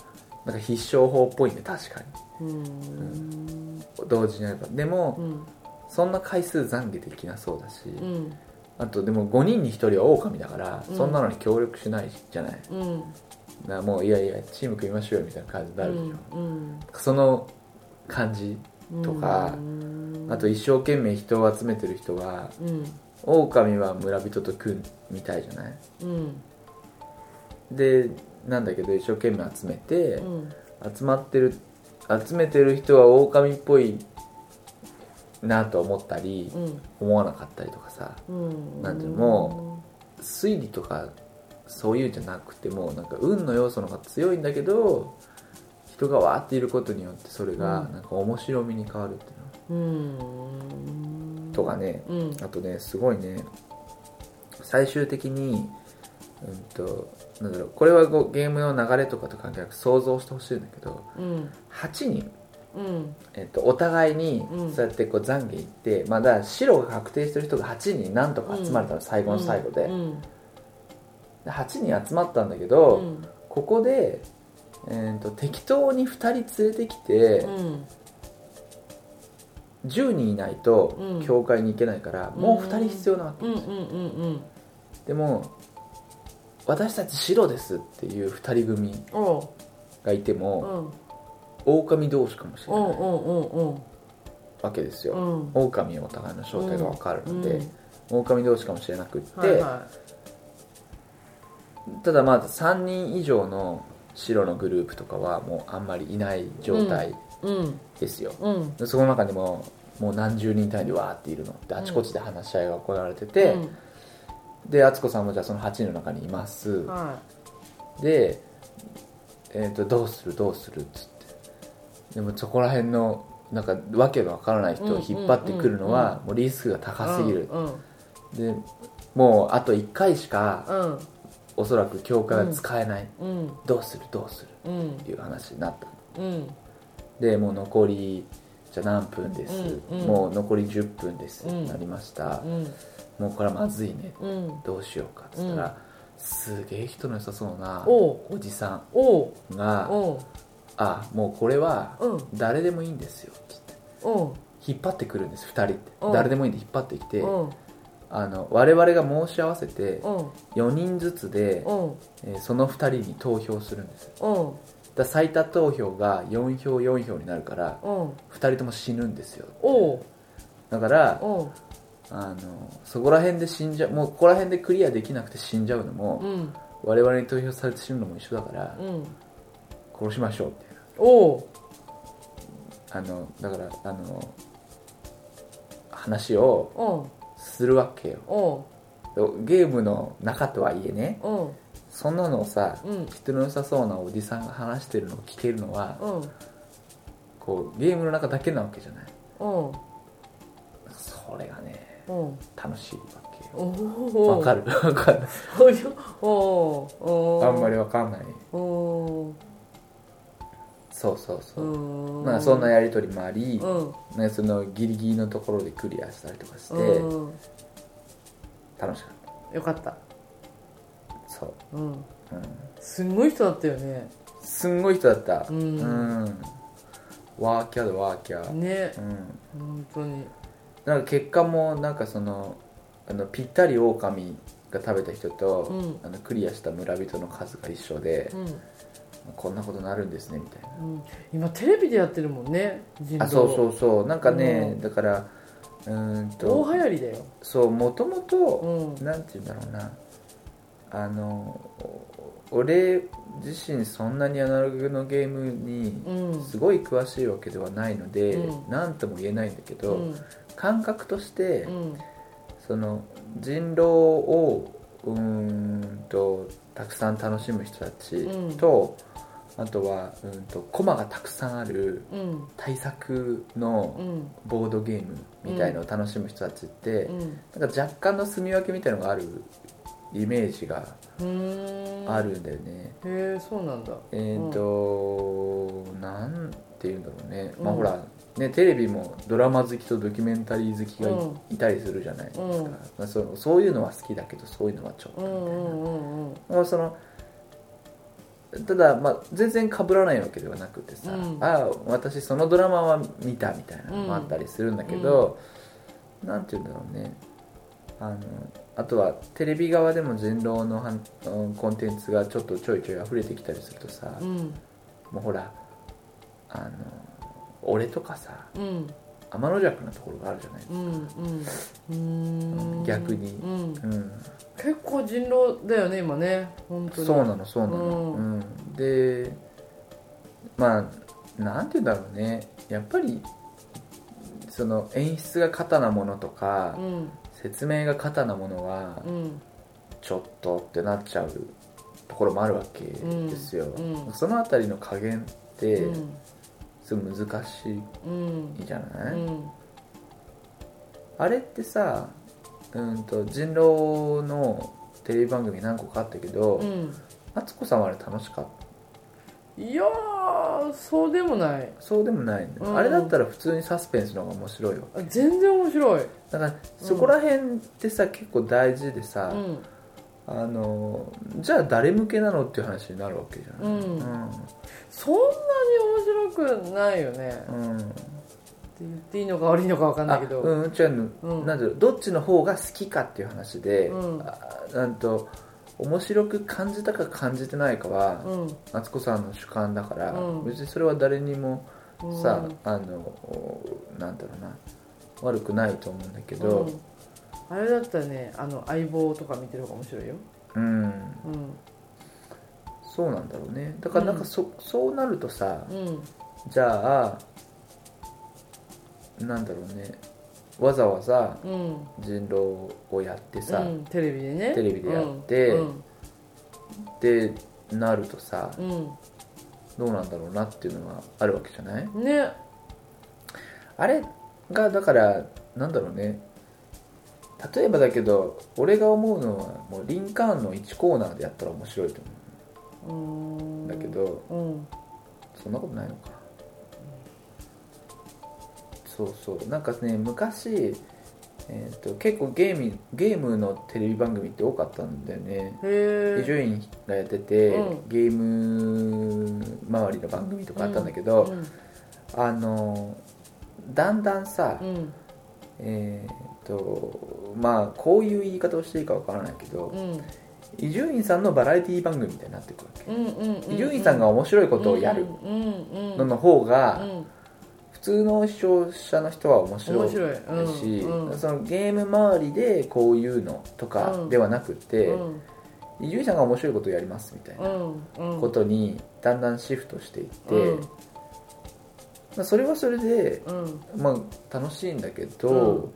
D: なんか必勝法っぽいね確か
F: うん
D: に同時にやればで
F: う
D: も、
F: ん
D: そんな回数懺悔できなそうだし、
F: うん
D: あとでも5人に1人は狼だから、
F: うん
D: そんなのに協力しないじゃない
F: うん
D: なもういやいやチーム組みましょうよみたいな感じになるでしょ、
F: うん
D: その感じ
F: うん
D: とか
F: うん
D: あと一生懸命人を集めてる人は
F: うん
D: 狼は村人と組むみたいじゃない
C: うん
D: でなんだけど一生懸命集めて、
C: うん
D: 集まってる集めてる人は狼っぽいなと思ったり、
C: うん
D: 思わなかったりとかさ
C: うん
D: なんていうのも推理とかそういうんじゃなくてもうなんか運の要素の方が強いんだけど人がわーっていることによってそれが
C: うん
D: なんか面白みに変わるっていうの、
C: うん
D: とかね
C: うん
D: あとねすごいね最終的にうんとなんだろうこれはこうゲームの流れとかと関係なく想像してほしいんだけど
C: うん
D: 8人
C: うん
D: えっと、お互いに
C: うん
D: そうやってこう懺悔行って、まあ、だから白が確定してる人が8人なんとか集まれたの、最後の最後で,で、
C: うん
D: 8人集まったんだけ
C: う
D: ど、
C: ん
D: ここで、えー、と適当に2人連れてきて、
C: うん
D: 10人いないと
C: うん
D: 教会に行けないから、もう2人必要なわけ
C: うんう
D: で
C: ん
D: す、
C: うんうん
D: でも私たち白ですっていう2人組
C: おう
D: がいて
C: うん
D: も、
C: うん
D: 狼同士かもしれ
C: うん
D: ない
C: うん
D: わけですよ、
C: うん
D: 狼はお互いの正体が分かる
C: うん
D: ので、狼同士かもしれなくって、
C: はいは
D: ただまあ3人以上の白のグループとかはもうあんまりいない状態
C: いうん
D: ですよ、
C: うん
D: でその中にももう何十人単位でわーっているのであちこちで話し合いが行われてて、
C: うん
D: で敦子さんもじゃあその8人の中にいます、
C: は
D: で、えー、とどうするどうするっつってでもそこら辺のなんかわけのわからない人を引っ張ってくるのはもうリスクが
C: い
D: 高すぎる、
C: うん
D: でもうあと1回しか
C: うん
D: おそらく教会は使えない、
C: うん
D: どうするどうする
C: うん
D: っていう話になった
C: うん
D: でもう残りじゃあ何分です、
C: うんうん
D: もう残り10分です、
C: うん
D: なりました
C: う、ん
D: もうこれはまずいね、
C: うん
D: どうしようかっつったら、すげえ人の良さそうなお
C: おう
D: じさ
C: おうん
D: が
C: おう
D: 「あもうこれは
C: うん
D: 誰でもいいんですよ」っつって
C: おう
D: 引っ張ってくるんです2人って
C: うん
D: 誰でもいいんで引っ張ってきて
C: おう
D: あの我々が申し合わせて
C: おう
D: 4人ずつで、
C: おう
D: えーその2人に投票するんです
C: おう
D: だから最多投票が4票4票になるから
C: おう
D: 2人とも死ぬんですよ
C: おう
D: だから
C: おう
D: あのそこら辺で死んじゃうもうここら辺でクリアできなくて死んじゃうのも、
C: うん
D: 我々に投票されて死ぬのも一緒だから、
C: うん
D: 殺しましょうっていう
C: おう
D: あのだからあの話を
C: おう
D: するわけよ
C: おう
D: ゲームの中とはいえね
C: おう
D: そんなのをさ、
C: うん
D: 人の良さそうなおじさんが話してるのを聞けるのは、
C: おう
D: こうゲームの中だけなわけじゃない
C: おう
D: それがね
C: おう
D: 楽しいわけよ
C: おう
D: わか
C: *laughs*
D: るわかる
C: おうおうおう
D: あんまりわかんない
C: おう
D: そうそうそうう、
C: ん
D: まあ、そんなやり取りもあり、
C: うん
D: ね、そのギリギリのところでクリアしたりとかして
C: うん
D: 楽しかっ
C: よかった
D: たそう、
C: うん
D: うん、
C: すんごい人だったよね
D: すんごい人だった
C: うん
D: んワーキャーだワーキャー、
C: ね
D: うん、
C: 本当に
D: なんか結果もなんかそのあのぴったりオオカミが食べた人と、
C: うん
D: あのクリアした村人の数が一緒で、
C: うん
D: こんなことなるんですねみたいな
C: うん今テレビでやってるもんね人
D: あそうそううそうなんかね、
C: うん
D: だからうーんと
C: 大流行りだよ
D: そうもとも
C: う
D: と
C: ん
D: なんて言うんだろうなあのお俺自身そんなにアナログのゲームに
C: うん
D: すごい詳しいわけではないので
C: うん
D: 何、なん、とも言えないんだけ
C: う
D: ど、
C: ん
D: 感覚として、
C: うん
D: その人狼をうーんとたくさん楽しむ人たちと、あとはうーんとコマがたくさんある
C: うん
D: 対策
C: う
D: の
C: ん
D: ボードゲームみたいのを楽しむ人たちって、
C: うん
D: なんか若干の住み分けみたいのがあるイメージが
C: うーん
D: あるんだよね、
C: へえそうなんだ
D: えっ、と、なんて言うんだろうね、まあ
C: うん
D: ほらねテレビもドラマ好きとドキュメンタリー好きがい,、
C: うん
D: たりするじゃないですか、
C: うん
D: まあ、そそういうのは好きだけどそういうのはちょっと
C: う
D: みたい
C: んうん
D: な、
C: うんうん
D: まあそのただ、まあ、全然被らないわけではなくてさ、
C: うん
D: ああ私そのドラマは見たみたいなのもあったりするんだけど、なんて言うんだろうねあのあとはテレビ側でも人狼のはんうんコンテンツがちょっとちょいちょい溢れてきたりするとさ、
C: うん
D: もうほらあの俺とかさ
C: うん
D: あ天の弱なところがあるじゃないです
C: う
D: か、
C: んうんうーん
D: 逆に
C: うん
D: うん
C: 結構人狼だよね今ね本当に
D: そうなのそうなの、
C: う
D: うんでまあなんて言うんだろうねやっぱりその演出が過多なものとか、
C: うん
D: 説明が過多なものは
C: うん
D: ちょっとってなっちゃうところもあるわけですよ、
C: うんうん
D: そのあたりの加減って
C: うん
D: すごい難し
C: うん
D: いじゃな
C: う
D: い、
C: ん
D: あれってさうんと人狼のテレビ番組何個かあったけど、
C: うん
D: 敦子さんはあれ楽しかった
C: いやーそうでもない
D: そうでもないんだよ、
C: うん
D: あれだったら普通にサスペンスの方が面白いわ
C: あ全然面白い
D: だからそこら辺ってさ、結構大事でさ、
C: うん
D: あのじゃあ誰向けなのっていう話になるわけじゃない、
C: うんそんなに面白くないよねって
D: うんうん
C: 言っていいのか悪いのか分かんないけど
D: あうん、違うの、
C: うん
D: なんだろうどっちの方が好きかっていう話で、
C: うん
D: あなんと面白く感じたか感じてないかは、
C: うん
D: 敦子さんの主観だから、
C: うん
D: 別にそれは誰にも
C: うん
D: さ、あのおなんだろうな悪くないと思うんだけど
C: うんあれだったらねあの相棒とか見てる方が面白いよ
D: うん
C: うん
D: そうなんだろうねだからなんかそ,、そうなるとさ
C: うん
D: じゃあなんだろうねわざわざ
C: うん
D: 人狼をやってさ、
C: うんテレビでね
D: テレビでやって
C: うん
D: ってなるとさ
C: うん
D: どうなんだろうなっていうのがあるわけじゃない
C: うんね
D: あれがだからなんだろうね例えばだけど俺が思うのはもうリンカーンの1コーナーでやったら面白いと
C: う
D: 思うん
C: ん
D: だけど、
C: うん
D: そんなことないのかそうそうなんかね昔、えー、と結構ゲームゲームのテレビ番組って多かったんだよね
C: へえ
D: 伊集院がやってて、
C: うん
D: ゲーム周りの番組とかあったんだけど、あのだんだんさ、
C: うん
D: えっとまあこういう言い方をしていいかわからないけど
C: うんうん
D: 伊集院さんのバラエティ番組みたいになってくるわ
C: うんうんうん
D: け伊集院さんが面白いことをやる
C: うんうんうん
D: のの方が、
C: うん
D: 普通の視聴者の人は面白い
C: 面
D: し、
C: 白いうんうん
D: そのゲーム周りでこういうのとかではなくて
C: うん
D: 伊集院さんが面白いことをやりますみたいうなん
C: うん
D: ことにだんだんシフトしていって、
C: うん
D: まあそれはそれで、
C: うん
D: まあ、楽しいんだけど、
C: うん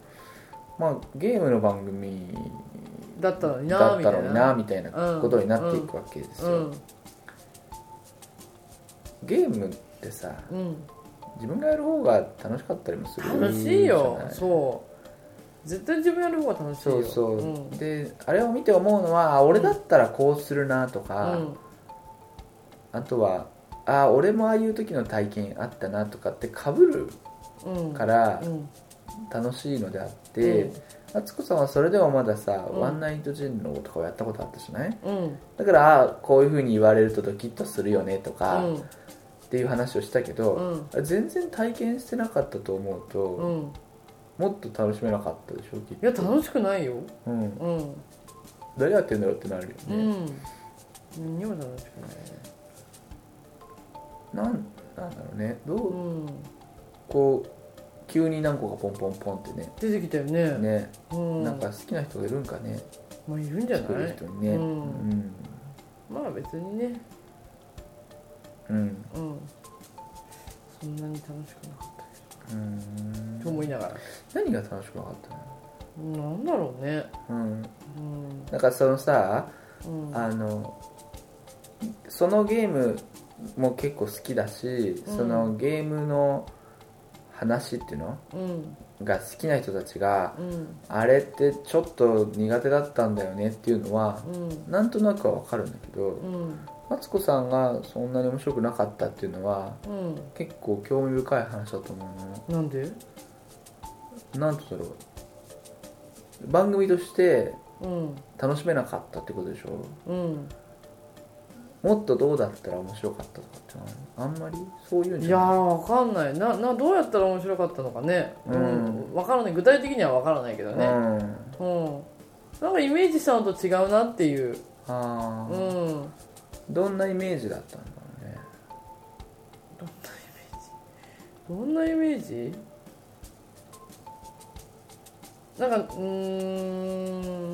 D: まあ、ゲームの番組
C: だったのにな
D: だっ
C: み
D: た
C: た
D: の
C: い
D: にな
C: な
D: みたいなことになっていくわけですよ、
C: うん
D: ゲームってさ
C: うん
D: 自分がやる方が楽しかったりもする
C: 楽しいよ
D: じゃない
C: そう絶対自分やる方が楽しい
D: そ
C: よ
D: うそう、
C: うん
D: であれを見て思うのはあ俺だったらこうするなとか、あとはあ俺もああいう時の体験あったなとかってかぶる
C: うんうん
D: から
C: うん
D: 楽しいのであって
C: うん
D: 敦子、さんはそれでもまださ、
C: うん
D: ワンナイト人狼とかをやったことあったしない
C: うん
D: だからあこういう風に言われるとドキッとするよねと
C: う
D: か、っ
C: ん
D: ていう話をしたけ
C: う
D: ど、
C: ん
D: あれ全然体験してなかったと思う
C: う
D: と、
C: ん
D: もっと楽しめなかったでしょきっ
C: い
D: と
C: や楽しくないよ
D: うん、
C: うん
D: 誰やってんだろうってなるよね、
C: うん何にも楽しくないね
D: なんなんだろうねどう
C: うん
D: こう急に何個かポンポンポンってね
C: 出てきたよね
D: ね、
C: うん
D: なんか好きな人がいるんかね
C: まあいるんじゃ
D: 作
C: な
D: る
C: い
D: 人にね
C: う
D: うんん、
C: まあ別にね
D: うん
C: うんそんなに楽しくなかったけ
D: うん
C: どと思いながら
D: 何が楽しくなかったの
C: なんだろうね
D: うん、
C: うん
D: なんかそのさ
C: うん
D: あのそのゲームも結構好きだし、
C: うん
D: そのゲームの話っていうの
C: うん
D: が好きな人たちが
C: うん
D: あれってちょっと苦手だったんだよねっていうのは
C: うん
D: なんとなくは分かるんだけど、
C: うん
D: マツコさんがそんなに面白くなかったっていうのは
C: うん
D: 結構興味深い話だと思
C: なんで
D: うのなんて言うんだろう番組として
C: うん
D: 楽しめなかったってことでしょ
C: うん
D: もっとどうだったら面白かったとかってのはあんまりそういうん
C: い
D: じ
C: やー
D: ゃない
C: わかんないななどうやったら面白かったのかねう
D: うん
C: んわからない具体的にはわからないけどね
D: うん
C: うんなんかイメージしたのと違うなっていう
D: あ
C: う
D: ー
C: ん
D: どんなイメージだったんだろうね
C: どんなイメージなんかうーん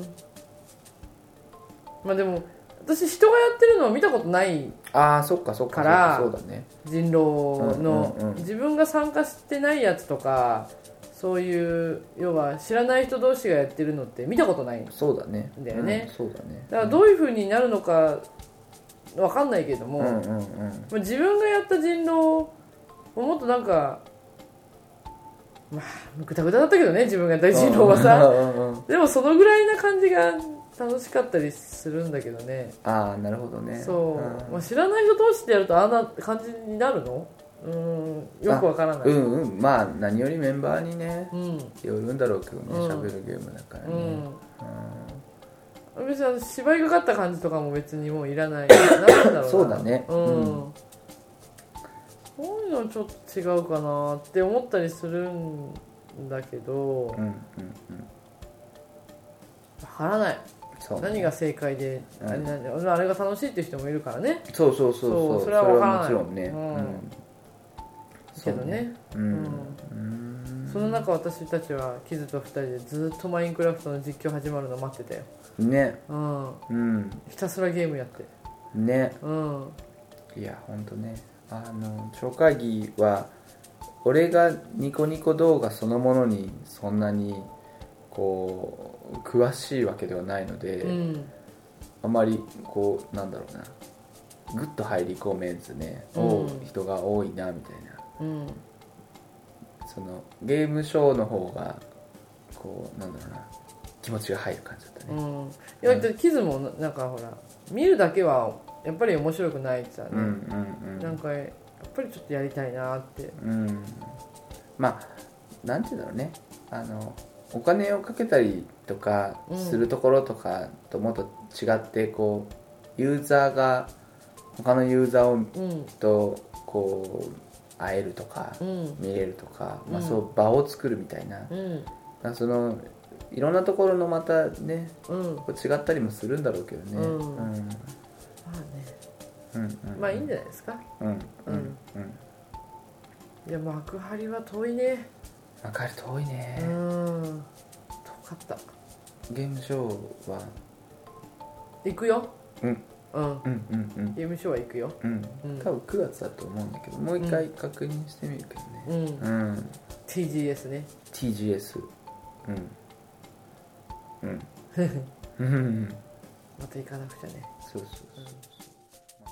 C: まあでも私人がやってるのを見たことない
D: ああそっかそっ
C: か
D: か
C: ら
D: そうだそうだね
C: 人狼の
D: うんうんうん
C: 自分が参加してないやつとかそういう要は知らない人同士がやってるのって見たことない
D: そうだね
C: だよね
D: うんそうだね
C: だからどういう風になるのかわかんないけれども、
D: うんうん
C: ま
D: うんうん
C: あ自分がやった人狼をもっとなんかまあぐたぐただったけどね自分がやった人狼はさ
D: うんうんう
C: *laughs*
D: ん
C: でもそのぐらいな感じが楽しかったりするんだけどね
D: ああなるほどね
C: そう、
D: ん
C: まあ、知らない人同士でやるとあんな感じになるのうーんよくわからない、
D: うんうんまあ何よりメンバーにね
C: うん
D: よるんだろうけどね
C: うん
D: 喋、るゲームだからね、
C: うん、別にあの芝居がかった感じとかも別にもういら
D: *coughs*
C: ないなんだろうな
D: そうだね
C: うん、
D: う
C: こういうのちょっと違うかなって思ったりするんだけどわ
D: うんうんうん
C: からない
D: そうね
C: 何が正解で、
D: うん
C: あれなんであれが楽しいっていう人もいるからね
D: そうそうそう
C: そう
D: そ
C: そ
D: れ
C: れは分から
D: は
C: ない
D: もちろんね、
C: うん
D: そ
C: け
D: う
C: どね
D: う
C: うんん
D: うん
C: その中私たちはキズと2人でずっとマインクラフトの実況始まるの待ってたよ、
D: ね
C: うん、
D: うん
C: ひたすらゲームやって
D: ね
C: うん
D: いやほんとねあの超会議は俺がニコニコ動画そのものにそんなにこう詳しいわけではないので、
C: うん
D: あまりこうなんだろうなグッと入り込めずね、
C: うん
D: おう人が多いなみたいな
C: うん
D: そのゲームショーの方がこうなんだろうな気持ちが入る感じだった
C: う
D: ね、
C: んいやでキズもななんかほら見るだけはやっぱり面白くないってさ、
D: うん、うんうん
C: なんかやっぱりちょっとやりたいなって
D: うんまあなんて言うんだろうねあのお金をかけたりとか
C: うん
D: するところとかともっと違ってこうユーザーが他のユーザーを
C: うん
D: とこう会えるとか
C: うん
D: 見れるとか、まあ、
C: うん
D: そう場を作るみたいな、だか
C: うん
D: らそのいろんなところのまたね
C: うん
D: こう違ったりもするんだろうけどね、
C: うん
D: うん
C: まあね
D: うんうん、
C: まあいいんじゃないですか
D: うんうんうん、
C: いや幕張は遠いね
D: 分かる遠いね、
C: うん遠かった
D: ゲームショーは
C: 行くよ
D: うん
C: うん
D: うんうんうん
C: ゲームショーは行くよ
D: うん、
C: うん
D: 多分9月だと思うんだけどもう一回確認してみるけどね
C: うん、
D: うん、
C: TGS ね
D: TGS
C: *laughs*
D: うんうんうん
C: また行かなくちゃね
D: そうそうそう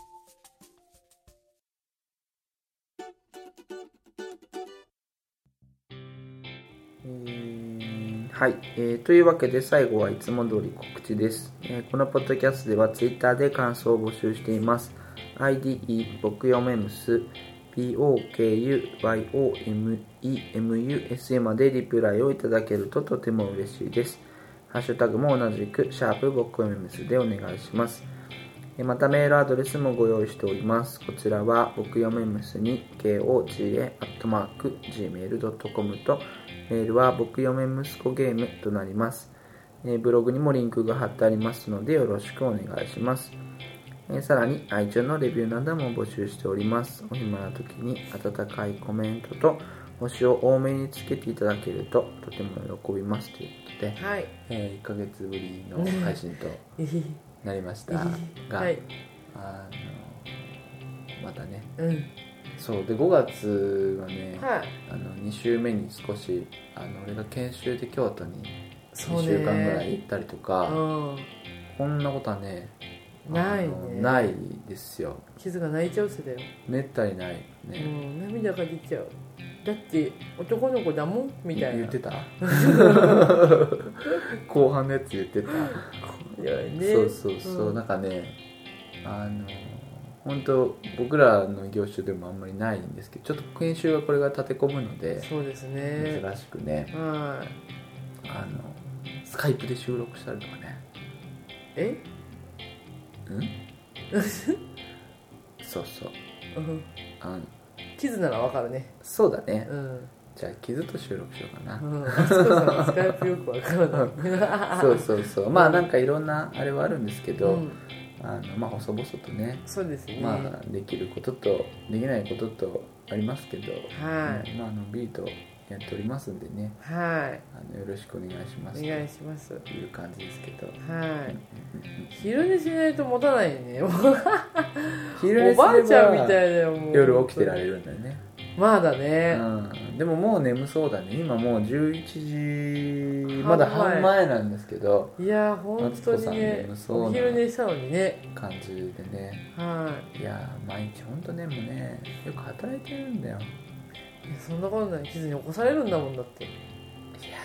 D: えーはい、えーというわけで最後はいつも通り告知です、えーこのポッドキャストでは Twitter で感想を募集しています ID 僕よめむす BOKUYOMEMUSA までリプライをいただけるととても嬉しいですハッシュタグも同じく、シャープ僕よめむすでお願いしますえーまたメールアドレスもご用意しております。こちらは、僕よめむすに、koga.gmail.com と、メールは、僕よめ息子ゲームとなります。えーブログにもリンクが貼ってありますので、よろしくお願いします。えーさらに、iTunes のレビューなども募集しております。お暇な時に、温かいコメントと、星を多めにつけていただけると、とても喜びます。ということで、
C: はい
D: え1ヶ月ぶりの配信となりましたが、
C: はい
D: あのまたね
C: うん
D: そうで5月はね、
C: はい
D: あの2週目に少しあの俺が研修で京都に
C: そう
D: 2
C: ね
D: 週間ぐらい行ったりとか、
C: う
D: こんなことはね
C: んない
D: あの
C: ね
D: ないですよ
C: 傷が泣いちゃうせだよ
D: めったにないうね、
C: ん涙が出ちゃうだって男の子だもんみたい
D: 言
C: な
D: ってた *laughs* 後半のやつ言ってた、
C: いやね
D: そうそうそう、
C: ん
D: なんかねあの本当僕らの業種でもあんまりないんですけどちょっと研修はこれが立て込むので
C: そうですね
D: 珍しくね、
C: はい
D: あのスカイプで収録したりとかね
C: え *laughs*
D: うんそうそう
C: うん
D: あの
C: キズならわかるね
D: そうだね
C: うん
D: じゃあ傷と収録しようか
C: う
D: な、
C: んあそこさんのスカイプよくわからない
D: *laughs* そうそうそうまあなんかいろんなあれはあるんですけど、
C: うん
D: あのまあ細々とね
C: そうですね
D: まあできることとできないこととありますけど、
C: はい
D: うんまあのんびりとやっておりますんでね
C: は
D: あのよろしくお願いします
C: いお願いします
D: という感じですけど
C: はい昼寝しないと持たない
D: *laughs*
C: ねもう
D: 昼寝
C: おばあ
D: す
C: ち
D: れ
C: ゃん
D: ば
C: みたいだよもう
D: 夜起きてられるんだよね、
C: まあだね、
D: うん、でももう眠そうだね今もう11時
C: 半前
D: まだ半前なんですけど
C: いや本当にね
D: マツコさん
C: お
D: もそうなの
C: 昼寝したのにね
D: 感じでね
C: はい
D: やー毎日ほんとねもうねよく働いてるんだよいや
C: いいやそんなことないキズに起こされるんだもんだって
D: ー偉いよ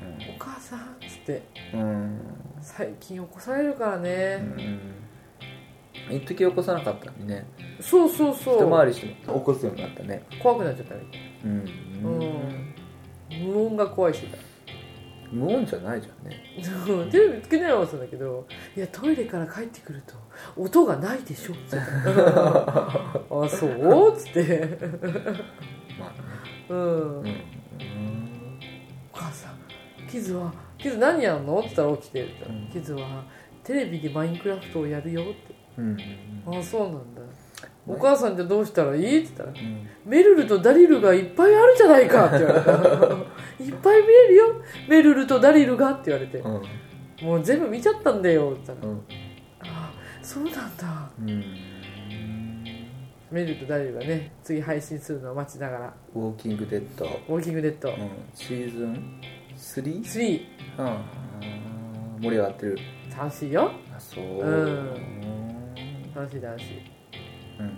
D: ほんと
C: お母さんっつって
D: うん
C: 最近起こされるからね、
D: うん一時起こさなかったのにね
C: そうそうそう
D: 一回りしても起こすようになったね
C: 怖くなっちゃったね
D: うん、
C: うん無音が怖いしてた
D: 無音じゃないじゃんね
C: テレビつけないわそうだけどいやトイレから帰ってくると音がないでしょっ
D: *laughs*
C: つってあそうっつって
D: ま
C: うん、
D: あ
C: お
D: ねうん
C: 母さんキズはキズ何やんのって言ったら起きてって言ったら
D: うん
C: キズはテレビでマインクラフトをやるよって
D: うん
C: あそうなんだお母さんってどうしたらいいって言ったら
D: うん
C: メルルとダリルがいっぱいあるじゃないかって言われた
D: *laughs*
C: いっぱい見れるよメルルとダリルがって言われて
D: うん
C: もう全部見ちゃったんだよって言った
D: う
C: ら
D: ん
C: あそうなんだ
D: うん
C: メルルとダリルがね次配信するのを待ちながら
D: ウォーキングデッド、
C: ウォーキングデッド
D: うん、シーズン 3?
C: 3
D: うん盛り上がってる
C: 楽しいよ
D: あそう
C: う
D: うん
C: 楽しい楽し
D: うん
C: い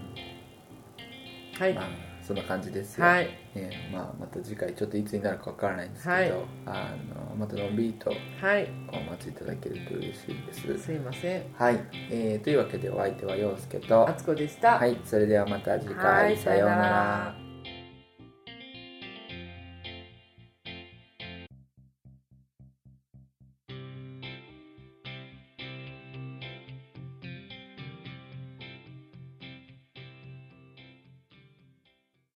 C: はい
D: まあそんな感じですよ、
C: はい
D: ねまあ、また次回ちょっといつになるかわからないんですけど、
C: はい
D: あのまたのんびりと
C: はい
D: お待ちいただけると嬉しいです
C: すいません
D: はい、えーというわけでお相手は陽介と
C: あつこでした
D: はいそれではまた次回、
C: はい
D: さよ
C: さよ
D: うな
C: うなら
D: ら